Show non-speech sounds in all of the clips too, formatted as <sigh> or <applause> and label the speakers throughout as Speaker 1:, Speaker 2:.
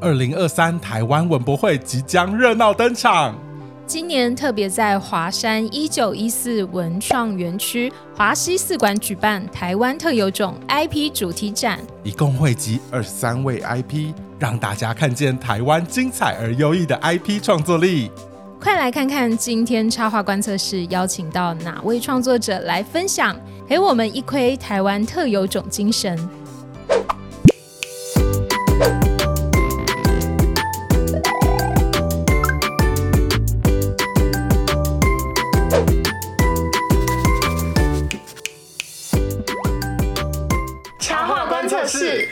Speaker 1: 二零二三台湾文博会即将热闹登场，
Speaker 2: 今年特别在华山一九一四文创园区华西四馆举办台湾特有种 IP 主题展，
Speaker 1: 一共汇集二十三位 IP，让大家看见台湾精彩而优异的 IP 创作力。
Speaker 2: 快来看看今天插画观测室邀请到哪位创作者来分享，陪我们一窥台湾特有种精神。
Speaker 3: 插画观测室，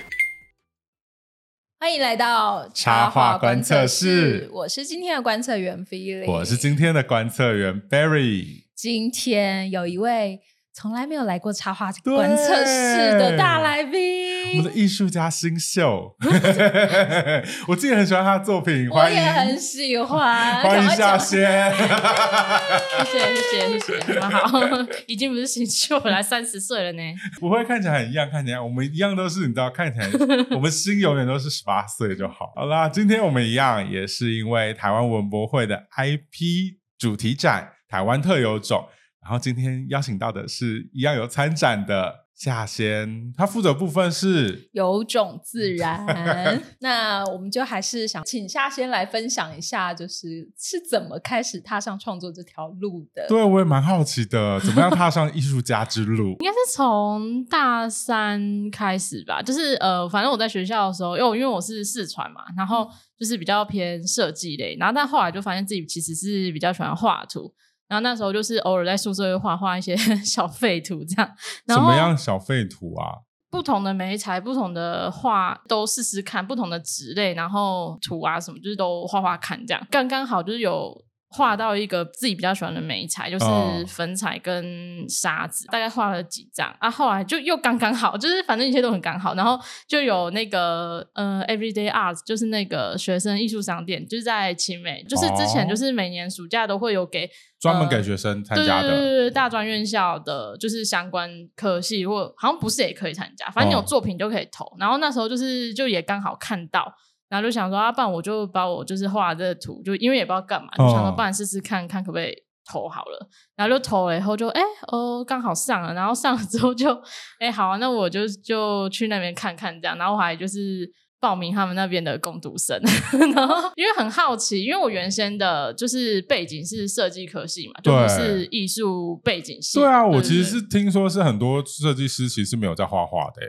Speaker 2: 欢迎来到
Speaker 1: 插画观测室
Speaker 2: 我是今天的观测员 f e l i
Speaker 1: 我是今天的观测员 Barry，
Speaker 2: 今天有一位从来没有来过插画观测室的大来
Speaker 1: 我们
Speaker 2: 宾
Speaker 1: 的，艺术家新
Speaker 2: <laughs>
Speaker 1: 秀，我自己很喜欢他的作品，
Speaker 2: 我
Speaker 1: 欢
Speaker 2: 也很
Speaker 1: 迎
Speaker 2: 喜欢，
Speaker 1: 欢
Speaker 2: 赶
Speaker 1: 迎
Speaker 2: 快
Speaker 1: 夏
Speaker 2: 讲
Speaker 1: 仙。
Speaker 3: 谢谢谢谢谢谢，很好，已经不是新秀了，三十
Speaker 1: <laughs>
Speaker 3: 岁了呢。
Speaker 1: 不会看起来很一样，看起来我们一样都是你知道，看起来我们心永远都是十八岁就好。好啦，今天我们一样也是因为台湾文博会的 IP 主题展“台湾特有种”，然后今天邀请到的是一样有参展的夏仙，他负责部分是
Speaker 2: 有种自
Speaker 1: <laughs>
Speaker 2: 然。那我们就还是想请夏先来分享一下，就是是怎么开始踏上创作这条路的。
Speaker 1: 对啊我也蛮好奇的，怎么样踏上艺术家之路
Speaker 3: <laughs> ？应该是从大三开始吧，就是呃，反正我在学校的时候，因为我因为我是四川嘛，
Speaker 1: 嗯
Speaker 3: 然后就是比较偏设计类，然后但后来就发现自己其实是比较喜欢画图，然后那时候就是偶尔在宿舍会画画一些 <laughs> 小废图这样，
Speaker 1: 怎
Speaker 3: 然后
Speaker 1: 么样小废图啊？
Speaker 3: 不同的媒材、不同的画都试试看，不同的纸类，然后图啊什么，就是都画画看这样。刚刚好就是有画到一个自己比较喜欢的媒材，就是
Speaker 1: 哦
Speaker 3: 粉彩跟沙子，大概画了几张啊。后来就又刚刚好，就是反正一切都很刚好。然后就有那个呃，Everyday Art，就是那个学生艺术商店，就是在青美，就是之前
Speaker 1: 哦
Speaker 3: 就是每年暑假都会有给
Speaker 1: 专门给学生参加
Speaker 3: 呃对对
Speaker 1: 的
Speaker 3: 对对，大专院校的，就是相关科系或好像不是也可以参加，反正你有
Speaker 1: 哦
Speaker 3: 作品就可以投。然后那时候就是就也刚好看到，然后就想说啊，不然我就把我就是画的这个图，就因为也不知道干嘛，就想说
Speaker 1: 哦
Speaker 3: 不然试试看看可不可以投好了。然后就投了以后就哎、哦刚好上了，然后上了之后就哎、好、啊，那我就就去那边看看这样，然后我还就是。报名他们那边的攻读生， <laughs> 然后因为很好奇，因为我原先的就是背景是设计科系嘛，就
Speaker 1: 对
Speaker 3: 不是艺术背景系。
Speaker 1: 对啊，我
Speaker 3: 对
Speaker 1: 其实是听说是很多设计师其实没有在画画的、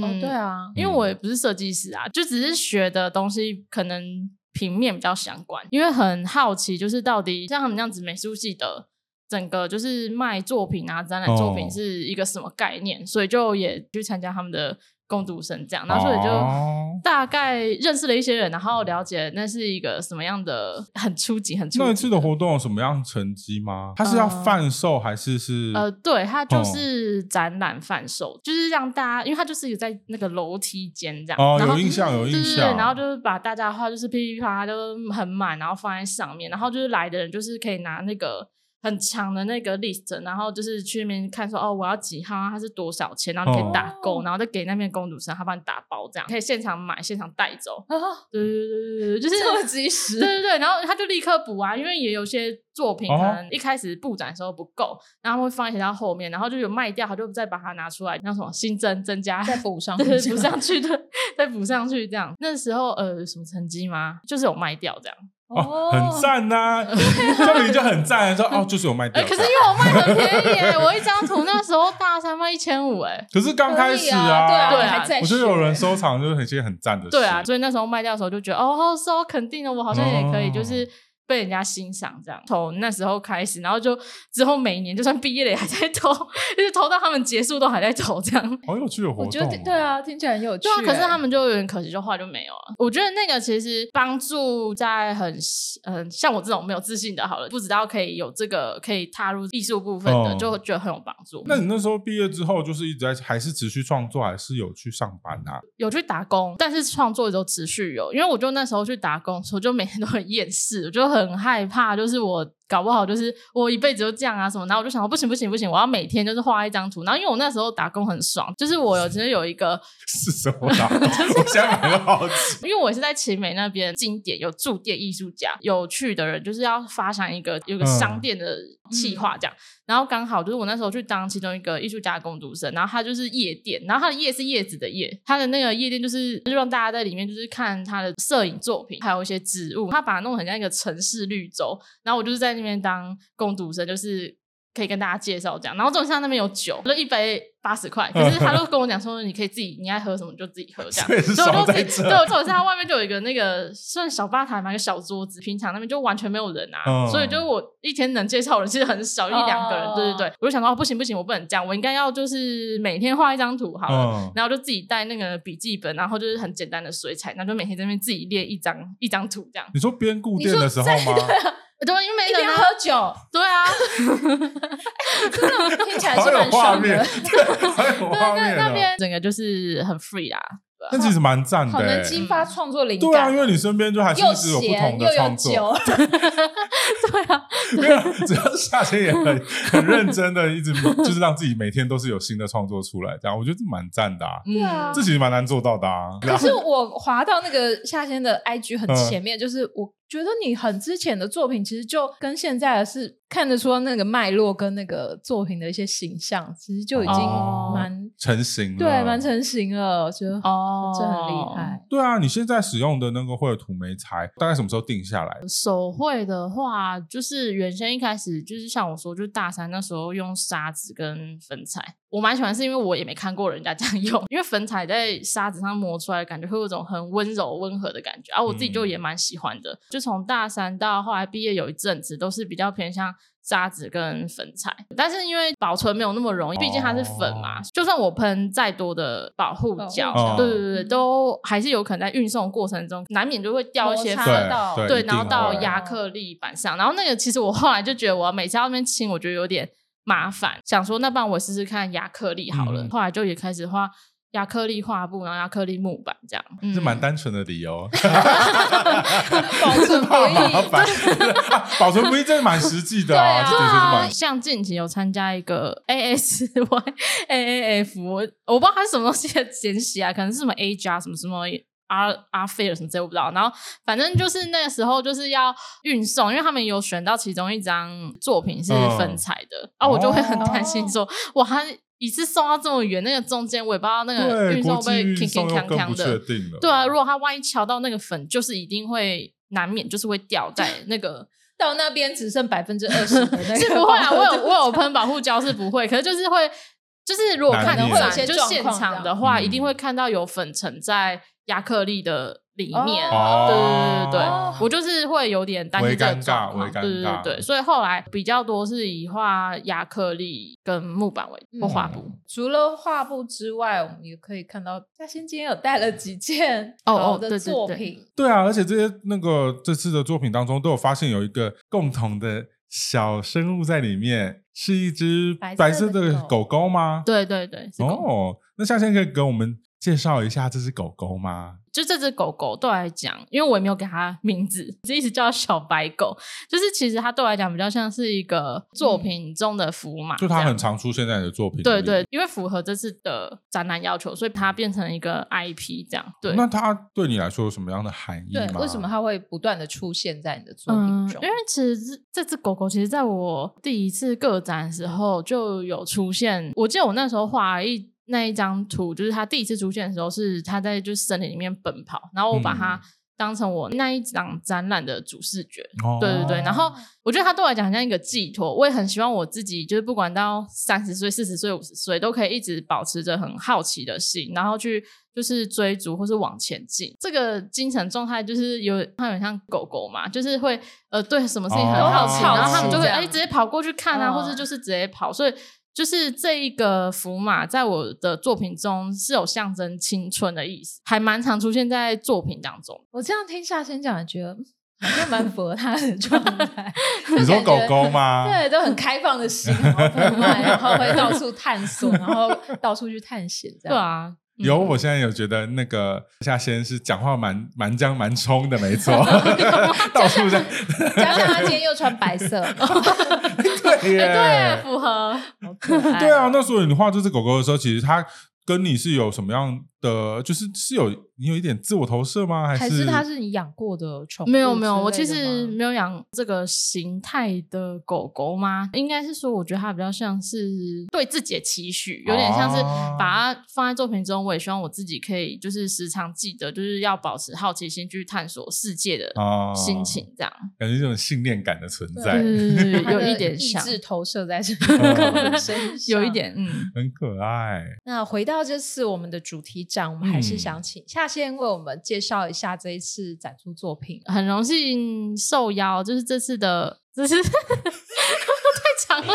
Speaker 1: 欸，
Speaker 2: 哦
Speaker 3: 嗯，
Speaker 2: 对啊，
Speaker 3: 因为我也不是设计师啊，就只是学的东西可能平面比较相关，因为很好奇，就是到底像他们这样子美术系的。整个就是卖作品啊，展览作
Speaker 1: 哦
Speaker 3: 品是一个什么概念所以就也去参加他们的攻读生这样，然后所以就
Speaker 1: 哦
Speaker 3: 大概认识了一些人，然后了解那是一个什么样的很初级、很初级
Speaker 1: 那一次的活动有什么样的成绩吗？它是要贩售还是是？
Speaker 3: 呃，对，它就
Speaker 1: 哦
Speaker 3: 是展览贩售，就是让大家，因为它就是有在那个楼梯间这样。
Speaker 1: 哦，
Speaker 3: 然后
Speaker 1: 有印象，有
Speaker 3: 对
Speaker 1: 印
Speaker 3: 对对，
Speaker 1: 象。
Speaker 3: 然后就是把大家的画就是噼里啪啦都很满，然后放在上面，然后就是来的人就是可以拿那个很长的那个 list，然后就是去那边看说哦我要几号啊，它是多少钱，然后你可以打勾，
Speaker 2: 哦
Speaker 3: 然后再给那边的工读生，他帮你打包这样，可以现场买现场带走。
Speaker 2: 啊，
Speaker 3: 对对对对对，就是
Speaker 2: 这么及时
Speaker 3: 对对对，然后他就立刻补啊，因为也有些作品
Speaker 1: 哦
Speaker 3: 可能一开始布展的时候不够，然后他们会放一些到后面，然后就有卖掉，他就再把它拿出来，那什么新增增加，
Speaker 2: 再补上 <laughs>
Speaker 3: <laughs> 对对补上去，对，再补上去这样。那时候呃，什么成绩吗？就是有卖掉这样。
Speaker 1: 哦，很赞
Speaker 3: <laughs>
Speaker 1: 呐！这里就很赞，说哦，就是有卖掉。
Speaker 3: 哎、可是因为我卖很便宜、欸，我一张图那时候大三卖一千五，哎，
Speaker 1: 可是刚开
Speaker 2: 可以
Speaker 1: 始
Speaker 2: 啊，对
Speaker 3: 对
Speaker 2: 你
Speaker 3: 啊
Speaker 2: 还在学，
Speaker 1: 我觉得有人收藏就是很些很赞的事。
Speaker 3: 对啊，，所以那时候卖掉的时候就觉得哦，是哦，肯定的，我好像也可以，
Speaker 1: 哦
Speaker 3: 就是。被人家欣赏，这样从那时候开始，然后就之后每一年就算毕业了也还在投， <laughs> 就是投到他们结束都还在投这样。
Speaker 1: 好有趣的活
Speaker 2: 我
Speaker 1: 动
Speaker 2: 觉得
Speaker 1: 哦。
Speaker 2: 对啊，听起来很有趣
Speaker 3: 对
Speaker 2: 欸、
Speaker 3: 啊，可是他们就有点可惜，就话就没有了。我觉得那个其实帮助在很嗯，像我这种没有自信的，好了，不知道可以有这个可以踏入艺术部分的，
Speaker 1: 哦
Speaker 3: 就觉得很有帮助。
Speaker 1: 那你那时候毕业之后，就是一直在还是持续创作，还是有去上班啊？
Speaker 3: 有去打工，但是创作都持续有，因为我就那时候去打工的时候，就每天都很厌世，我就很害怕，就是我搞不好就是我一辈子就这样啊什么，然后我就想说不行不行不行，我要每天就是画一张图。然后因为我那时候打工很爽，就是我有其实有一个，
Speaker 1: 是什么
Speaker 3: <laughs>
Speaker 1: 打工？我现在很好奇。
Speaker 3: 因为我是在奇美那边经典有驻店艺术家，有趣的人就是要发想一个有个
Speaker 1: 嗯
Speaker 3: 商店的企划这样。然后刚好就是我那时候去当其中一个艺术家的工读生，然后他就是夜店，然后他的夜是叶子的叶，他的那个夜店就是就让大家在里面就是看他的摄影作品，还有一些植物，他把它弄得很像一个城市绿洲。然后我就是在那边当工读生，就是。可以跟大家介绍这样，然后这种像那边有酒，就一杯八十块，可是他都跟我讲说，你可以自己你爱喝什么就自己喝这样，
Speaker 1: 所以
Speaker 3: <laughs>
Speaker 1: 是
Speaker 3: 所以
Speaker 1: 少
Speaker 3: 我就
Speaker 1: 在
Speaker 3: 自己
Speaker 1: 这
Speaker 3: 对，我走在外面就有一个那个算小吧台嘛，一个小桌子，平常那边就完全没有人啊，
Speaker 1: 嗯
Speaker 3: 所以就是我一天能介绍的人其实很少，一两个人，对对对，我就想到、哦不行不行，我不能这样，我应该要就是每天画一张图好了。
Speaker 1: 嗯，
Speaker 3: 然后就自己带那个笔记本，然后就是很简单的水彩，然后就每天在那边自己列一张一张图这样。
Speaker 1: 你说边顾店的时候吗？
Speaker 3: 对，因为没
Speaker 2: 欸一
Speaker 3: 人
Speaker 2: 边
Speaker 3: 啊，
Speaker 2: 喝酒，
Speaker 3: 对啊，
Speaker 2: <laughs> 真的听起来
Speaker 1: 好
Speaker 2: 是
Speaker 1: 有
Speaker 2: 蛮
Speaker 1: 画
Speaker 2: 爽
Speaker 1: 面，
Speaker 2: 的。
Speaker 1: 对，好有画面
Speaker 3: 那
Speaker 1: 哦。
Speaker 3: 边整个就是很 free 啦。
Speaker 1: 那其实蛮赞的
Speaker 2: 好能
Speaker 1: 欸。
Speaker 2: 激发创作灵
Speaker 1: 对啊，因
Speaker 2: 感，
Speaker 1: 为你身边就还是
Speaker 2: 又
Speaker 1: 一直有不
Speaker 2: 咸
Speaker 1: 同
Speaker 2: 又
Speaker 1: 的
Speaker 2: 有
Speaker 1: 创
Speaker 2: 酒
Speaker 1: 作，，没有，只要夏天也很很认真的，一直就是让自己每天都是有新的创作出来，这样我觉得这蛮赞的啊。
Speaker 3: 嗯
Speaker 2: 啊
Speaker 1: 这其实蛮难做到的啊。
Speaker 2: 可是我滑到那个夏天的 IG 很
Speaker 1: 嗯
Speaker 2: 前面，就是我觉得你很之前的作品，其实就跟现在的是看得出那个脉络跟那个作品的一些形象，其实就已经
Speaker 1: 哦
Speaker 2: 蛮、
Speaker 1: 成型了，
Speaker 2: 对蛮成型了，我觉得。
Speaker 3: 哦
Speaker 2: 这很厉害。，
Speaker 1: <laughs> 对啊，你现在使用的那个绘土媒材，大概什么时候定下来？
Speaker 3: 手绘的话，就是原先一开始就是像我说，就是大三那时候用砂纸跟粉彩，我蛮喜欢，是因为我也没看过人家 <laughs> 这样用，因为粉彩在砂纸上磨出来，感觉会有一种很温柔温和的感觉，而、啊我自己就也蛮喜欢的。就从大三到后来毕业有一阵子，都是比较偏向。砂纸跟粉彩，但是因为保存没有那么容易，毕竟它是粉嘛。就算我喷再多的保护
Speaker 2: 保护
Speaker 3: 胶，
Speaker 1: 胶
Speaker 3: 对对对对，都还是有可能在运送过程中难免就会掉一些
Speaker 2: 摩
Speaker 3: 粉
Speaker 2: 擦
Speaker 1: 对
Speaker 2: 到
Speaker 1: 对
Speaker 3: 对，
Speaker 1: 一定
Speaker 3: 然后到
Speaker 1: 会
Speaker 3: 亚克力板上，然后那个其实我后来就觉得我每次要那边清，我觉得有点麻烦，想说那不然我试试看亚克力好了。
Speaker 1: 嗯
Speaker 3: 后来就也开始画亚克力画布，然后亚克力木板这样，嗯
Speaker 1: 是蛮单纯的理由，
Speaker 2: 保存
Speaker 1: <laughs>
Speaker 2: 不
Speaker 1: 怕麻
Speaker 2: 易，
Speaker 1: 烦，啊保存不易，真的蛮实际的啊，这的
Speaker 2: 对
Speaker 1: 确是蛮
Speaker 3: 像近期有参加一个 <laughs> ASY AAF，我我不知道它是什么东西的简写啊，可能是什么 A 加什么什么 R R 费尔什么之类，我不知道。然后反正就是那个时候就是要运送，因为他们有选到其中一张作品是
Speaker 1: 嗯
Speaker 3: 粉彩的，啊，我就会很担心说，哇，他一次送到这么远，那个中间我也不知道那个
Speaker 1: 对，
Speaker 3: 运
Speaker 1: 国
Speaker 3: 送会
Speaker 1: 际
Speaker 3: 不会
Speaker 1: 运
Speaker 3: 铿
Speaker 1: 送
Speaker 3: 铿
Speaker 1: 又
Speaker 3: 锵
Speaker 1: 更不
Speaker 3: 锵
Speaker 1: 确
Speaker 3: 的。
Speaker 1: 定了。
Speaker 3: 对啊，如果他万一敲到那个粉，就是一定会难免就是会掉在那个
Speaker 2: 到那边只剩百分之二十的
Speaker 3: <laughs>
Speaker 2: 那个
Speaker 3: 是不会啊，
Speaker 2: 保护
Speaker 3: 我有我
Speaker 2: <laughs>
Speaker 3: 有喷保护胶是不会，可是就是会，就是如果看
Speaker 1: 难免会有
Speaker 3: 展
Speaker 1: 一
Speaker 2: 些
Speaker 3: 就
Speaker 2: 状
Speaker 3: 现
Speaker 2: 况
Speaker 3: 场
Speaker 2: 这
Speaker 3: 的
Speaker 2: 样
Speaker 3: 话，
Speaker 1: 嗯
Speaker 3: 一定会看到有粉尘在亚克力的里面。对
Speaker 1: 哦
Speaker 3: 对对对
Speaker 2: 哦
Speaker 3: 我就是会有点担
Speaker 1: 微
Speaker 3: 心这
Speaker 1: 尴
Speaker 3: 个
Speaker 1: 尬
Speaker 3: 状况，
Speaker 1: 微尴
Speaker 3: 对对
Speaker 1: 尬
Speaker 3: 对对，所以后来比较多是以画亚克力跟木板为
Speaker 2: 嗯
Speaker 3: 或画布。
Speaker 2: 除了画布之外，我们也可以看到嘉欣今天有带了几件
Speaker 3: 哦哦
Speaker 2: 好
Speaker 3: 对
Speaker 2: 的
Speaker 3: 对
Speaker 2: 作
Speaker 3: 对
Speaker 2: 品，
Speaker 1: 对啊，而且这些那个这次的作品当中，都有发现有一个共同的小生物在里面，是一只
Speaker 2: 白色的
Speaker 1: 白色的狗
Speaker 2: 狗
Speaker 1: 狗吗？
Speaker 3: 对对对，是狗
Speaker 1: 哦，那夏天可以给我们介绍一下这只狗狗吗？
Speaker 3: 就这只狗狗对我来讲，因为我也没有给它名字， <laughs> 只一直叫它小白狗。就是其实它对我来讲比较像是一个
Speaker 2: 嗯
Speaker 3: 作品中的符码，
Speaker 1: 就
Speaker 3: 这
Speaker 1: 它
Speaker 3: 样
Speaker 1: 很常出现在你的作品里。
Speaker 3: 对对，因为符合这次的展览要求，所以它变成一个 IP 这样。对，
Speaker 1: 那它对你来说有什么样的含义
Speaker 2: 对，
Speaker 1: 吗？
Speaker 2: 为什么它会不断的出现在你的作品
Speaker 3: 嗯，
Speaker 2: 中？
Speaker 3: 因为其实这这只狗狗，其实在我第一次个展的时候就有出现。我记得我那时候画了一那一张图，就是它第一次出现的时候是它在就是森林里面奔跑，然后我把它
Speaker 1: 嗯
Speaker 3: 当成我那一场展览的主视觉。
Speaker 1: 哦？
Speaker 3: 对对对，然后我觉得它对我来讲很像一个寄托，我也很希望我自己就是不管到三十岁、四十岁、五十岁，都可以一直保持着很好奇的心，然后去就是追逐或是往前进。这个精神状态就是有它很像狗狗嘛，就是会呃对什么事情很
Speaker 1: 哦
Speaker 3: 好奇，然后他们就会
Speaker 2: 好奇
Speaker 3: 哎直接跑过去看啊，
Speaker 2: 嗯
Speaker 3: 或者就是直接跑，所以。就是这一个符码，在我的作品中是有象征青春的意思，还蛮常出现在作品当中。
Speaker 2: 我这样听夏先讲，也觉得嗯好像蛮符合他
Speaker 3: <laughs>
Speaker 2: 的状态。就
Speaker 1: <laughs> 你说
Speaker 2: 感
Speaker 1: 狗啊
Speaker 2: 觉
Speaker 1: 狗吗？
Speaker 2: 对，都很开放的心，然后不满然后会到处探索，然后到处去探险，这
Speaker 3: <laughs> 对
Speaker 2: 样。
Speaker 3: 啊，
Speaker 1: 有，我现在有觉得那个夏先是讲话蛮蛮将蛮冲的，没
Speaker 3: <laughs>
Speaker 1: 错， <laughs> 到处在
Speaker 2: 加上他今天又穿白色，
Speaker 1: <laughs>
Speaker 2: <laughs>
Speaker 1: 对耶，
Speaker 3: 哎，对，符合。
Speaker 2: 好可
Speaker 1: <laughs>
Speaker 2: 爱
Speaker 1: 对啊
Speaker 2: 哦，
Speaker 1: 那所以你画这只狗狗的时候，其实它跟你是有什么样的，就是是有你有一点自我投射吗？还
Speaker 2: 还
Speaker 1: 是
Speaker 2: 是它是你养过的宠物之类的吗？
Speaker 3: 没有没有，我其实没有养这个形态的狗狗吗？应该是说，我觉得它比较像是对自己的期许，有点像是
Speaker 1: 哦
Speaker 3: 把它放在作品中。我也希望我自己可以，就是时常记得，就是要保持好奇心去探索世界的
Speaker 2: 哦
Speaker 1: 啊
Speaker 3: 心情，这样。
Speaker 2: <laughs>
Speaker 1: 感觉这种信念感的存
Speaker 3: 对
Speaker 1: 在，
Speaker 3: 对对
Speaker 2: 它
Speaker 3: 对，有
Speaker 2: 的
Speaker 3: 一点
Speaker 2: 意
Speaker 3: 像，
Speaker 2: 志投射在
Speaker 3: <laughs>
Speaker 2: 身身上，
Speaker 3: 有一。点嗯。
Speaker 1: 很可爱。
Speaker 2: 那回到这次我们的主题展，我们还是
Speaker 1: 嗯
Speaker 2: 想请夏先为我们介绍一下这一次展出作品。
Speaker 3: 很荣幸受邀，就是这次 <laughs> 的，这是太长了，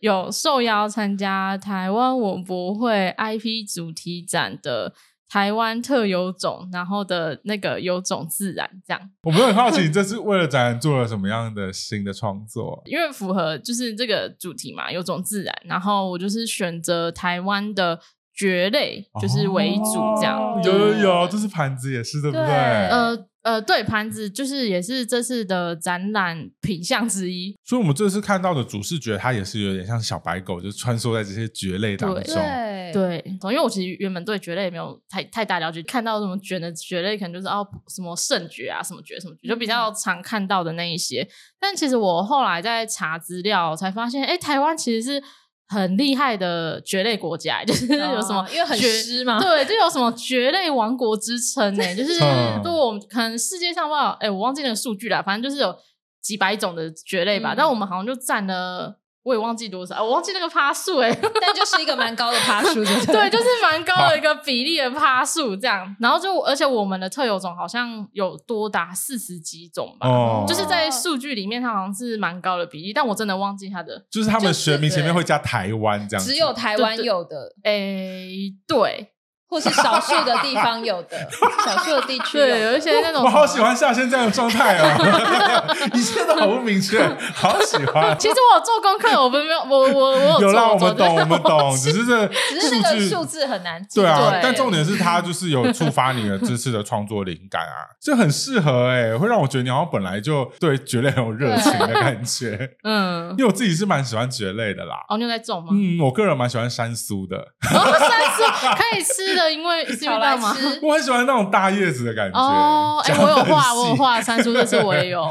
Speaker 3: 有受邀参加台湾文博会 IP 主题展的台湾特有种，然后的那个有种自然这样，
Speaker 1: 我们很好奇，这是为了展览做了什么样的新的创作？
Speaker 3: 因为符合就是这个主题嘛，有种自然，然后我就是选择台湾的蕨类就是为主这样，
Speaker 1: 哦嗯
Speaker 3: 对
Speaker 1: 有有有，这是盘子也是对不对？
Speaker 2: 对
Speaker 3: 呃呃，对，盘子就是也是这次的展览品项之一，
Speaker 1: 所以我们这次看到的主视觉，它也是有点像小白狗，就穿梭在这些蕨类当
Speaker 3: 对
Speaker 1: 中。
Speaker 2: 对，
Speaker 3: 对，因为我其实原本对蕨类没有太太大了解，看到什么卷的蕨类，可能就是哦什么肾蕨啊，什么蕨什么蕨，
Speaker 2: 嗯
Speaker 3: 就比较常看到的那一些。但其实我后来在查资料才发现，哎，台湾其实是很厉害的蕨类国家，欸 <laughs> 就是有什么
Speaker 2: 哦因为很
Speaker 3: 蕨
Speaker 2: 湿嘛
Speaker 3: 对，就有什么蕨类王国之称呢、 <laughs> 就是
Speaker 1: 嗯
Speaker 3: 就我们可能世界上吧，哎，我忘记那个数据啦，反正就是有几百种的蕨类
Speaker 2: 嗯
Speaker 3: 吧，但我们好像就占了。我也忘记多少，啊我忘记那个趴数哎，
Speaker 2: 但就是一个蛮高的爬树，
Speaker 3: <laughs>
Speaker 2: 对
Speaker 3: 对，就是蛮高的一个比例的趴数这样。然后就，而且我们的特有种好像有多达四十几种吧，
Speaker 1: 哦，
Speaker 3: 就是在数据里面它好像是蛮高的比例，但我真的忘记它的。
Speaker 1: 就是他们学名前面
Speaker 2: 对
Speaker 1: 会加台湾这样子，
Speaker 2: 只有台湾
Speaker 3: 对对
Speaker 2: 有的，
Speaker 3: 诶，对
Speaker 2: 或是少数的地方有
Speaker 3: <laughs>
Speaker 2: 的，少数的地区有
Speaker 3: 对，
Speaker 2: 的
Speaker 3: 有一些那种
Speaker 1: 我好
Speaker 3: 什
Speaker 1: 喜
Speaker 3: 么。
Speaker 1: 欢夏天这样的状态哦， <laughs> 一切都好不明确，好喜欢。
Speaker 3: 其实我有做功课，我们没有，我我我有
Speaker 1: 有
Speaker 3: 做，
Speaker 1: 啦，我
Speaker 3: 做
Speaker 1: 们懂，我们懂，只是这
Speaker 2: 只是那个
Speaker 1: 数
Speaker 2: 数
Speaker 1: 据。
Speaker 2: 字很难记。
Speaker 1: 对啊
Speaker 3: 对，
Speaker 1: 但重点是它就是有触发你的这次的创作灵感啊，这很适合哎、会让我觉得你好像本来就对蕨类很有热情的感觉，
Speaker 3: 嗯
Speaker 1: 因，为我自己是蛮喜欢蕨类的啦，
Speaker 3: 哦，你有在种吗？ <laughs>
Speaker 1: 嗯，我个人蛮喜欢山苏的，
Speaker 3: 哦，三十可以吃的，因为是因
Speaker 2: 少
Speaker 3: 为
Speaker 2: 来
Speaker 3: 干嘛？ <laughs>
Speaker 2: 吃，
Speaker 1: 我很喜欢那种大叶子的感觉。
Speaker 3: 哦，
Speaker 1: <laughs>
Speaker 3: 哎、
Speaker 1: 讲
Speaker 3: 我
Speaker 1: 得
Speaker 3: 有
Speaker 1: 很
Speaker 3: 画，我有
Speaker 1: 细，
Speaker 3: 画三叔，这次我
Speaker 1: <laughs>
Speaker 3: 也有，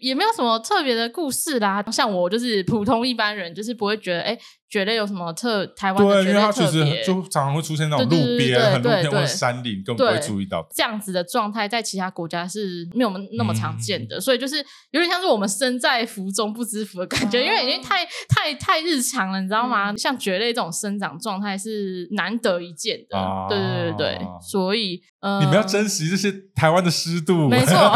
Speaker 3: 也没有什么特别的故事啦。像我就是普通一般人，就是不会觉得哎、觉得有什么特台湾的
Speaker 1: 对，因为
Speaker 3: 觉得
Speaker 1: 它
Speaker 3: 特
Speaker 1: 其实
Speaker 3: 别。
Speaker 1: 就常常会出现那种
Speaker 3: 对对
Speaker 1: 路
Speaker 3: 对对
Speaker 1: 边、很路
Speaker 3: 对
Speaker 1: 边或
Speaker 3: 对
Speaker 1: 者山林，根本不会
Speaker 3: 对
Speaker 1: 注意到。
Speaker 3: 这样子的状态在其他国家是没有那么常见
Speaker 1: 嗯
Speaker 3: 的，所以就是有点像是我们身在福中不知福的感觉，
Speaker 2: 哦
Speaker 3: 因为已经太太太日常了，你知道吗？
Speaker 1: 嗯
Speaker 3: 像蕨类这种生长状态是难得一见的，
Speaker 1: 哦
Speaker 3: 对对对对，所以呃，
Speaker 1: 你们要珍惜这些台湾的湿度，
Speaker 3: 没错
Speaker 1: <laughs>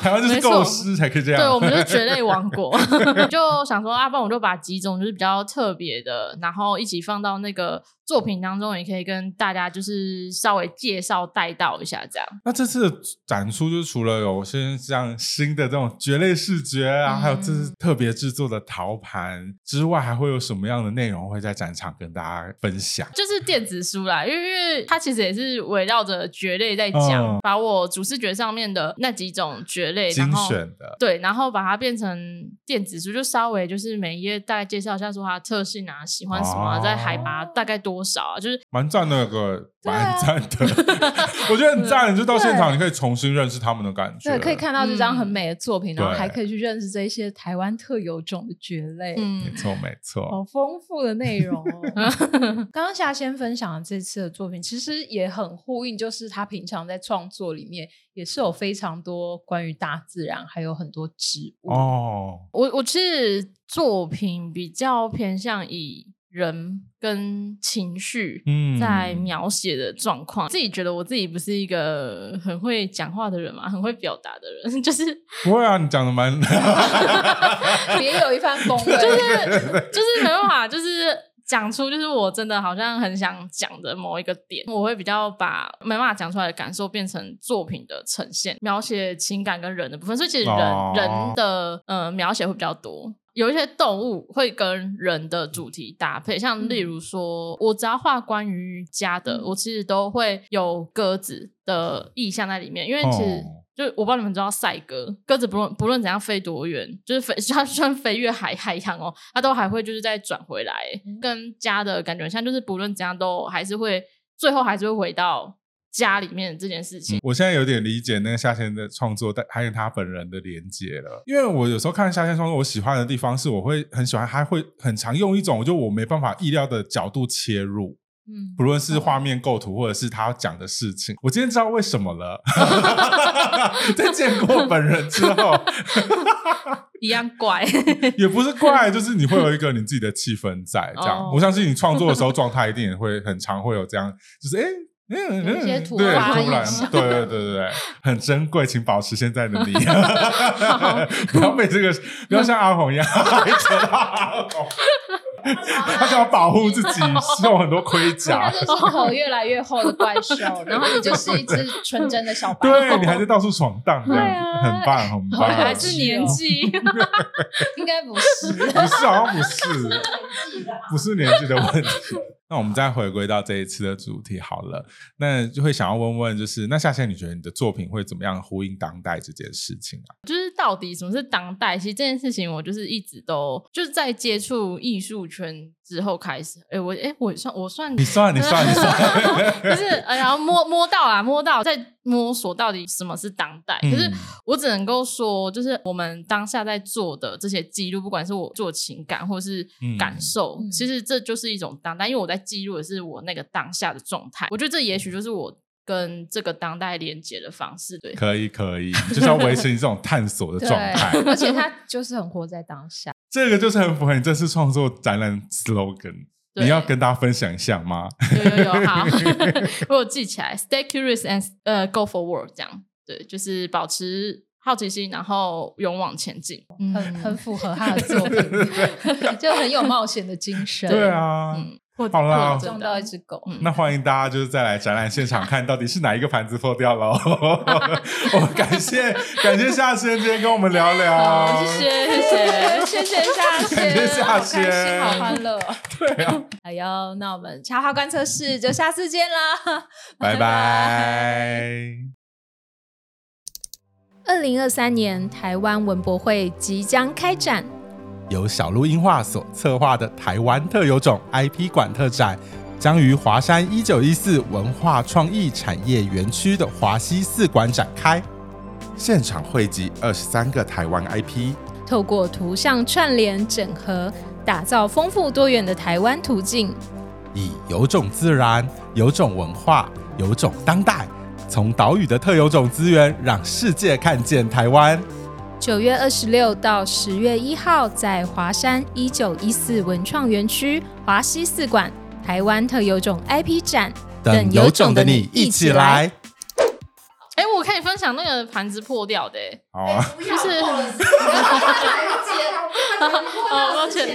Speaker 1: 台湾就是够湿才可以这样。
Speaker 3: 对，我们就是蕨类王国， <laughs> 就想说，啊，不然我就把几种就是比较特别的，然后一起放到那个作品当中，也可以跟大家就是稍微介绍带到一下这样。
Speaker 1: <laughs> 那这次的展出就除了有些像新的这种蕨类视觉啊，
Speaker 3: 嗯
Speaker 1: 还有这次特别制作的陶盘之外，还会有什么样的内容会在展场跟大家分享？
Speaker 3: 就是电子书啦，因为因为它其实也是围绕着蕨类在讲，
Speaker 1: 嗯
Speaker 3: 把我主视觉上面的那几种蕨类，然
Speaker 1: 精
Speaker 3: 后
Speaker 1: 选的，
Speaker 3: 对，然后把它变成电子书，就稍微就是每一页大概介绍一下说它的特性啊，喜欢什么、啊，
Speaker 1: 哦
Speaker 3: 在海拔大概多少啊，就是
Speaker 1: 蛮赞的，个
Speaker 2: 对啊
Speaker 1: 蛮赞的， <laughs> 我觉得很赞。你就到现场，你可以重新认识他们的感觉，
Speaker 2: 嗯对，可以看到这张很美的作品，
Speaker 1: 嗯
Speaker 2: 然后
Speaker 1: 啊对
Speaker 2: 还可以去认识这些台湾特有种的蕨类。
Speaker 1: 没
Speaker 3: 嗯，
Speaker 1: 错，没错。
Speaker 2: 好丰富的内容哦！
Speaker 1: <laughs>
Speaker 2: 刚刚夏先分享的这次的作品，其实也很呼应，就是他平常在创作里面也是有非常多关于大自然，还有很多植
Speaker 1: <laughs>
Speaker 2: 物。
Speaker 1: 哦，
Speaker 3: 我我其实作品比较偏向以人跟情绪
Speaker 1: 嗯，
Speaker 3: 在描写的状况，自己觉得我自己不是一个很会讲话的人嘛，很会表达的人， <laughs> 就是
Speaker 1: 不会啊，你讲的蛮， <laughs>
Speaker 2: 别有一番风味，
Speaker 3: 就是没办法，就是讲出就是我真的好像很想讲的某一个点，我会比较把没办法讲出来的感受变成作品的呈现，描写情感跟人的部分，所以其实人、
Speaker 1: 哦
Speaker 3: 人的呃描写会比较多。有一些动物会跟人的主题搭配，像例如说，我只要画关于家的，
Speaker 2: 嗯
Speaker 3: 我其实都会有鸽子的意象在里面，因为其实
Speaker 1: 哦
Speaker 3: 就我不知道你们知道赛鸽，鸽子不论不论怎样飞多远，就是飞 <laughs> 它虽然飞越海海洋哦，它都还会就是再转回来，跟家的感觉很像，就是不论怎样都还是会最后还是会回到家里面这件事情。
Speaker 1: 我现在有点理解那个夏天的创作，但还有他本人的连接了。因为我有时候看夏天创作，我喜欢的地方是我会很喜欢，他会很常用一种就我没办法意料的角度切入，
Speaker 2: 嗯
Speaker 1: 不论是画面构图或者是他讲的事情。我今天知道为什么了，
Speaker 2: <laughs>
Speaker 1: <laughs> 在见过本人之后，
Speaker 3: 一样 <laughs> 怪，
Speaker 1: 也不是怪，就是你会有一个你自己的气氛在这样。
Speaker 3: 哦
Speaker 1: 我相信你创作的时候状态一定也会很常会有这样，就是哎。嗯
Speaker 2: 有一些
Speaker 1: 嗯
Speaker 2: 突
Speaker 1: 对
Speaker 2: 发
Speaker 1: 突然
Speaker 2: 异想，
Speaker 1: 对对对对对，很珍贵，请保持现在的你，
Speaker 3: 好
Speaker 1: 不要被这个，不要像阿红一样，扯到阿红，他想要保护自己，受很多盔
Speaker 2: 它
Speaker 1: 甲 <laughs>
Speaker 2: 就。是头越来越厚的怪兽，然后你就是一只纯真的小白
Speaker 1: 对
Speaker 2: 狗，
Speaker 1: 你还在到处闯荡，这样
Speaker 3: 对啊
Speaker 1: 子很棒，很棒。
Speaker 3: 还是
Speaker 1: 哦
Speaker 3: 年纪。 <laughs>
Speaker 2: 应该不是。
Speaker 1: 不是，好像不是，不是年纪的问题。那我们再回归到这一次的主题好了，那就会想要问问，就是那夏倩，你觉得你的作品会怎么样呼应当代这件事情啊？
Speaker 3: 就是到底什么是当代？其实这件事情，我就是一直都就是在接触艺术圈之后开始。哎、我哎、我算我算 <laughs>
Speaker 1: 你算，你算，你算。
Speaker 3: 就是哎呀，摸摸到啊，摸到，在摸索到底什么是当代。可是
Speaker 1: 嗯
Speaker 3: 我只能够说，就是我们当下在做的这些记录，不管是我做情感或是感受，
Speaker 2: 嗯
Speaker 3: 其实这就是一种当代，因为我在记录的是我那个当下的状态。我觉得这也许就是我跟这个当代连接的方式。对，
Speaker 1: 可以可以，你就是要维持你这种探索的
Speaker 2: 对
Speaker 1: 状态，，
Speaker 2: 而且它就是很活在当下。
Speaker 1: 这个就是很符合你这次创作展览 slogan。
Speaker 3: 对
Speaker 1: 你要跟大家分享一下吗？
Speaker 3: 有有有，好， <laughs> 我有记起来，Stay curious and 呃、go forward，这样对，就是保持好奇心，然后勇往前进。嗯，
Speaker 2: 很很符合他的作
Speaker 1: <laughs>
Speaker 2: 品， <laughs> 就很有冒险的精神。
Speaker 1: 对，啊，
Speaker 3: 嗯，或
Speaker 1: 好啦
Speaker 2: 撞到一只狗，
Speaker 3: 嗯
Speaker 1: <laughs> 那欢迎大家就是再来展览现场看到底是哪一个盘子破掉了。 <laughs> 我们感谢感谢夏仙今天跟我们聊聊，
Speaker 3: 好，谢谢谢谢。
Speaker 2: 谢谢夏
Speaker 1: 感谢
Speaker 2: 仙，
Speaker 1: 夏
Speaker 2: 好
Speaker 1: 仙
Speaker 2: 开心，好欢乐。对啊，哎呦，那我们插花观测室就下次见啦，
Speaker 1: 拜拜。
Speaker 2: 二零二三年台湾文博会即将开展，
Speaker 1: 由小鹿音画所策划的台湾特有种 IP 馆特展，将于华山一九一四文化创意产业园区的华西四馆展开，现场汇集二十三个台湾 IP。
Speaker 2: 透过图像串联整合，打造丰富多元的台湾途径。
Speaker 1: 以有种自然、有种文化、有种当代，从岛屿的特有种资源，让世界看见台湾。
Speaker 2: 九月二十六到十月一号，在华山一九一四文创园区华西四馆台湾特有种 IP 展，
Speaker 1: 等有种的你一起来。
Speaker 3: 哎、我可以分享那个盘子破掉的、欸， <laughs>
Speaker 1: 好啊。
Speaker 3: 就是。哦，抱歉。